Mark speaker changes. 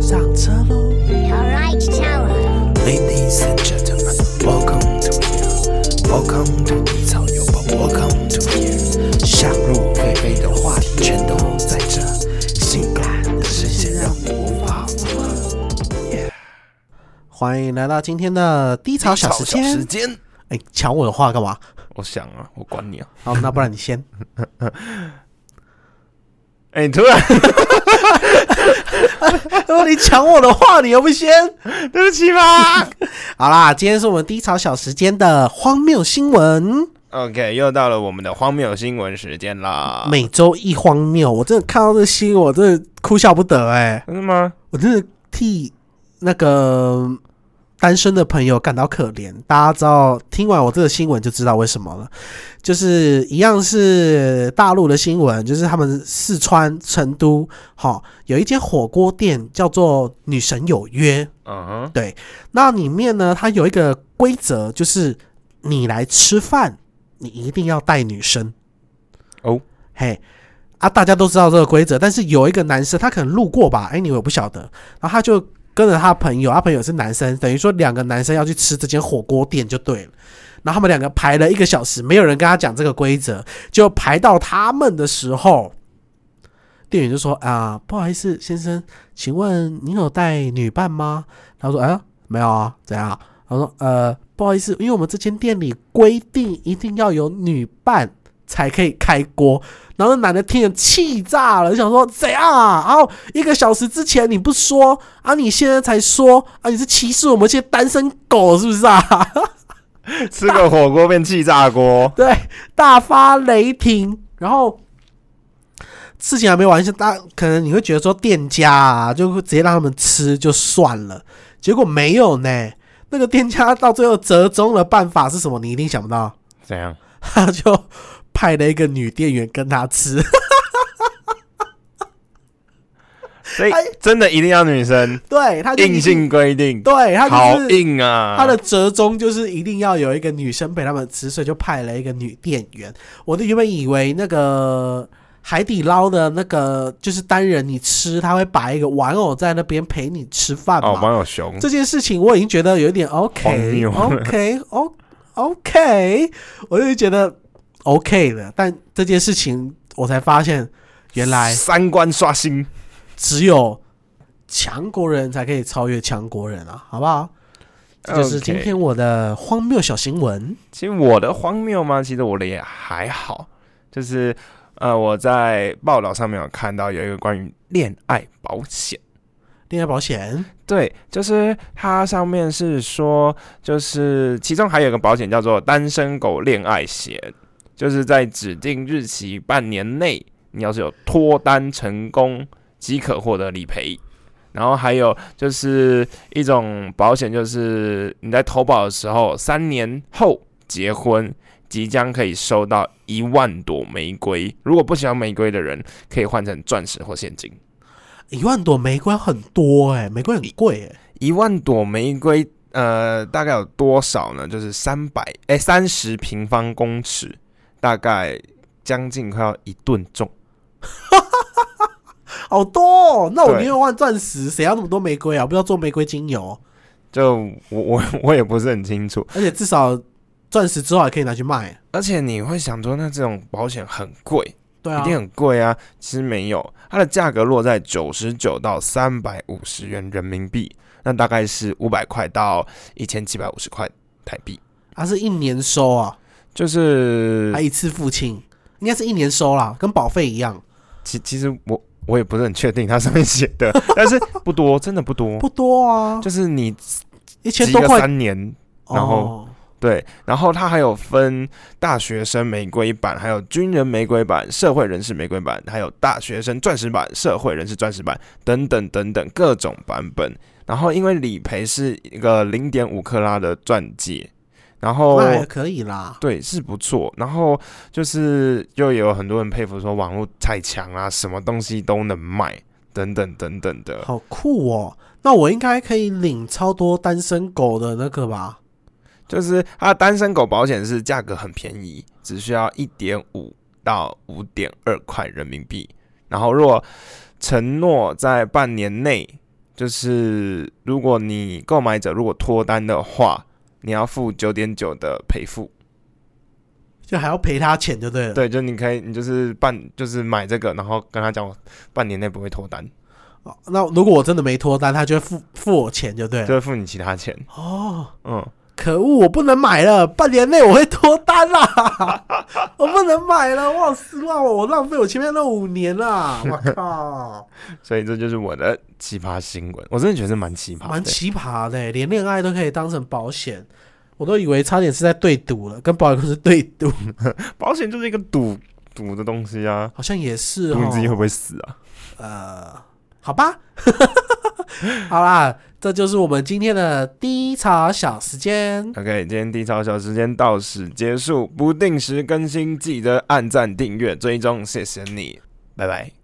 Speaker 1: 上车喽
Speaker 2: Alright, tower.
Speaker 1: ，Ladies and gentlemen, welcome to here, welcome to 低潮有宝，welcome to here。想入非非的话题全都在这，性感的视线让你无法负荷。Yeah 欢迎来到今天的低潮小时
Speaker 3: 小时
Speaker 1: 间。
Speaker 3: 间。
Speaker 1: 哎，抢我的话干 嘛？
Speaker 3: 我想啊，我管你啊！
Speaker 1: 好，那不然你先。
Speaker 3: 哎、你突然，
Speaker 1: 你抢哎我的话，你又不先？
Speaker 3: 对不起嘛。
Speaker 1: 好啦，今天是我们低潮小时间的荒谬新闻，
Speaker 3: OK，又到了我们的荒谬新闻时间啦。
Speaker 1: 每周一荒谬。我真的看到这新闻，我真的哭笑不得哎、
Speaker 3: 真的吗？
Speaker 1: 我真的替那个单身的朋友感到可怜。大家知道，听完我这个新闻就知道为什么了。就是一样是大陆的新闻，就是他们四川成都，好、有一间火锅店叫做“女神有约”，
Speaker 3: 嗯哼，
Speaker 1: 那里面呢，它有一个规则，就是你来吃饭，你一定要带女生。
Speaker 3: 哦，
Speaker 1: 嘿，啊，大家都知道这个规则，但是有一个男生，他可能路过吧，哎，你我不晓得，然后他就跟着他朋友，他啊朋友是男生，等于说两个男生要去吃这间火锅店就对了。然后他们两个排了一个小时，没有人跟他讲这个规则，就排到他们的时候，店员就说：“啊，不好意思，先生，请问您有带女伴吗？”他说：“哎呀，没有啊，怎样？”他说：“呃，不好意思，因为我们这间店里规定一定要有女伴才可以开锅。”然后那男的听了气炸了，就想说：“怎样啊？然后一个小时之前你不说啊，你现在才说啊，你是歧视我们这些单身狗是不是啊？”
Speaker 3: 吃个火锅变气炸锅。
Speaker 1: 对，大发雷霆。然后事情还没完，是大可能你会觉得说店家啊，就会直接让他们吃就算了，结果没有呢。那个店家到最后折中的办法是什么？你一定想不到，
Speaker 3: 怎样？
Speaker 1: 他就派了一个女店员跟他吃。
Speaker 3: 所以真的一定要女生，
Speaker 1: 对，哎他就
Speaker 3: 硬性规定，
Speaker 1: 对他
Speaker 3: 好
Speaker 1: 就是
Speaker 3: 硬啊！
Speaker 1: 他的折中就是一定要有一个女生陪他们吃，所以就派了一个女店员。我都原本以为那个海底捞的那个就是单人你吃，他会摆一个玩偶在那边陪你吃饭
Speaker 3: 哦，
Speaker 1: 嘛。
Speaker 3: 网友熊，
Speaker 1: 这件事情我已经觉得有一点
Speaker 3: 荒
Speaker 1: OK
Speaker 3: 谬
Speaker 1: OK O OK，我就觉得 OK 了。但这件事情我才发现，原来
Speaker 3: 三观刷新。
Speaker 1: 只有强国人才可以超越强国人啊，好不好？这就是今
Speaker 3: OK
Speaker 1: 天我的荒谬小新闻。
Speaker 3: 其实我的荒谬吗？其实我的也还好，就是呃，我在报道上面有看到有一个关于恋爱保险。
Speaker 1: 恋爱保险，
Speaker 3: 对，就是它上面是说，就是其中还有一个保险叫做单身狗恋爱险，就是在指定日期半年内，你要是有脱单成功，即可获得理赔。然后还有就是一种保险，就是你在投保的时候，三年后结婚，即将可以收到一万朵玫瑰。如果不喜欢玫瑰的人，可以换成钻石或现金。
Speaker 1: 一万朵玫瑰很多哎、玫瑰很贵哎、
Speaker 3: 一万朵玫瑰，呃，大概有多少呢？就是三百，哎，三十平方公尺，大概将近快要一吨重。
Speaker 1: 好多、哦。那我
Speaker 3: 对
Speaker 1: 宁愿换钻石，谁要那么多玫瑰啊？我不要做玫瑰精油，
Speaker 3: 就我我我也不是很清楚，
Speaker 1: 而且至少钻石之后还可以拿去卖。
Speaker 3: 而且你会想说，那这种保险很贵，
Speaker 1: 对
Speaker 3: 一
Speaker 1: 啊，
Speaker 3: 定很贵啊？其实没有，它的价格落在九十九到三百五十元人民币，那大概是五百块到一千七百五十块台币，
Speaker 1: 它是一年收啊，
Speaker 3: 就是
Speaker 1: 还一次付清，应该是一年收啦，跟保费一样，
Speaker 3: 其其实我我也不是很确定它上面写的， 但是不多，真的不多，
Speaker 1: 不多啊，
Speaker 3: 就是你
Speaker 1: 一千
Speaker 3: 积
Speaker 1: 多
Speaker 3: 个
Speaker 1: 块。
Speaker 3: 三年，然后
Speaker 1: 哦，
Speaker 3: 对，然后它还有分大学生玫瑰版，还有军人玫瑰版、社会人士玫瑰版，还有大学生钻石版、社会人士钻石版等等等等各种版本。然后因为理赔是一个零点五克拉的钻戒，然后
Speaker 1: 那还可以啦。
Speaker 3: 对，是不错。然后就是又有很多人佩服说网络太强啊，什么东西都能卖，等等等等的。
Speaker 1: 好酷哦！那我应该可以领超多单身狗的那个吧？
Speaker 3: 就是它的单身狗保险是价格很便宜，只需要一点五到五点二块人民币。然后若承诺在半年内就是如果你购买者如果脱单的话，你要付九点九的赔付。
Speaker 1: 就还要赔他钱就对了。
Speaker 3: 对，就你可以，你就是办，就是买这个，然后跟他讲，我半年内不会脱单，
Speaker 1: 哦，那如果我真的没脱单，他就会付付我钱就对
Speaker 3: 就
Speaker 1: 了。
Speaker 3: 会付你其他钱。
Speaker 1: 哦，
Speaker 3: 嗯，
Speaker 1: 可恶，我不能买了，半年内我会脱单啦， 我不能买了，我好失望哦，我浪费我前面那五年 啦，我靠，
Speaker 3: 所以这就是我的奇葩新闻，我真的觉得是蛮奇葩的，
Speaker 1: 蛮奇葩的，连恋爱都可以当成保险，我都以为差点是在对赌了，跟保险公司对赌，
Speaker 3: 保险就是一个赌赌的东西啊，
Speaker 1: 好像也是
Speaker 3: 赌你
Speaker 1: 哦
Speaker 3: 自己，会不会死啊？
Speaker 1: 呃，好吧， 好啦，这就是我们今天的低潮小时间，
Speaker 3: OK，今天低潮小时间到此结束，不定时更新，记得按赞、订阅、追踪，谢谢你，拜拜。